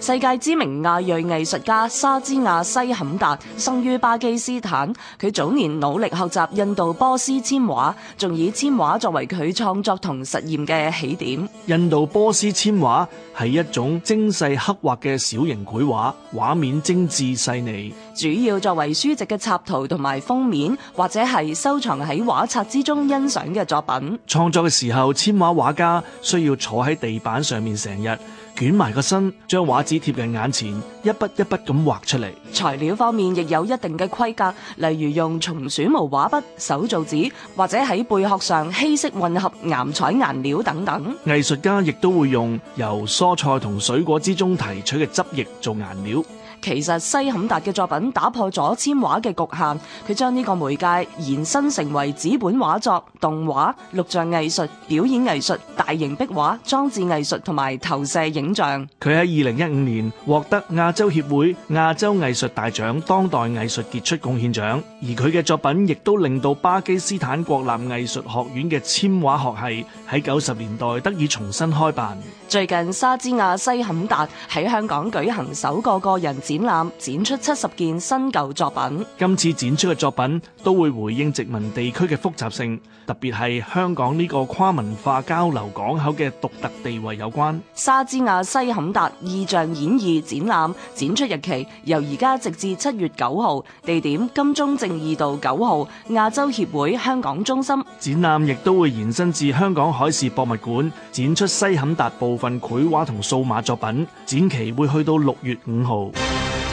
世界知名亞裔藝術家沙茲亞西坎達生於巴基斯坦，佢早年努力學習印度波斯簽畫，仲以簽畫作為佢創作同實驗嘅起點。印度波斯簽畫係一種精細刻畫嘅小型繪畫，畫面精緻細膩。主要作為書籍嘅插圖同埋封面，或者係收藏喺畫冊之中欣賞嘅作品。創作嘅時候，簽畫畫家需要坐喺地板上面成日，捲埋個身，將畫紙貼近眼前，一筆一筆咁畫出嚟。材料方面亦有一定嘅規格，例如用松鼠毛畫筆、手造紙，或者喺貝殼上稀釋混合岩彩顏料等等。藝術家亦都會用由蔬菜同水果之中提取嘅汁液做顏料。其實西坎達嘅作品打破咗簽畫嘅局限，佢將呢個媒介延伸成為紙本畫作、動畫、錄像藝術、表演藝術、大型壁畫、裝置藝術同埋投射影像。佢喺二零一五年獲得亞洲協會亞洲藝術大獎當代藝術傑出貢獻獎，而佢嘅作品亦都令到巴基斯坦國立藝術學院嘅簽畫學系喺九十年代得以重新開辦。最近沙茲亞西坎達喺香港舉行首個個人展覽，展出七十件新舊作品。今次展出嘅作品都會回應殖民地區嘅複雜性，特別係香港呢個跨文化交流港口嘅獨特地位有關。沙茲亞西坎達意象演義展覽展出日期由而家直至七月九號，地點金鐘正義道九號亞洲協會香港中心。展覽亦都會延伸至香港海事博物館，展出西坎達部分繪畫同數碼作品，展期會去到六月五號。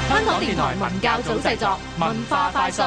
香港電台文教組製作，文化快訊。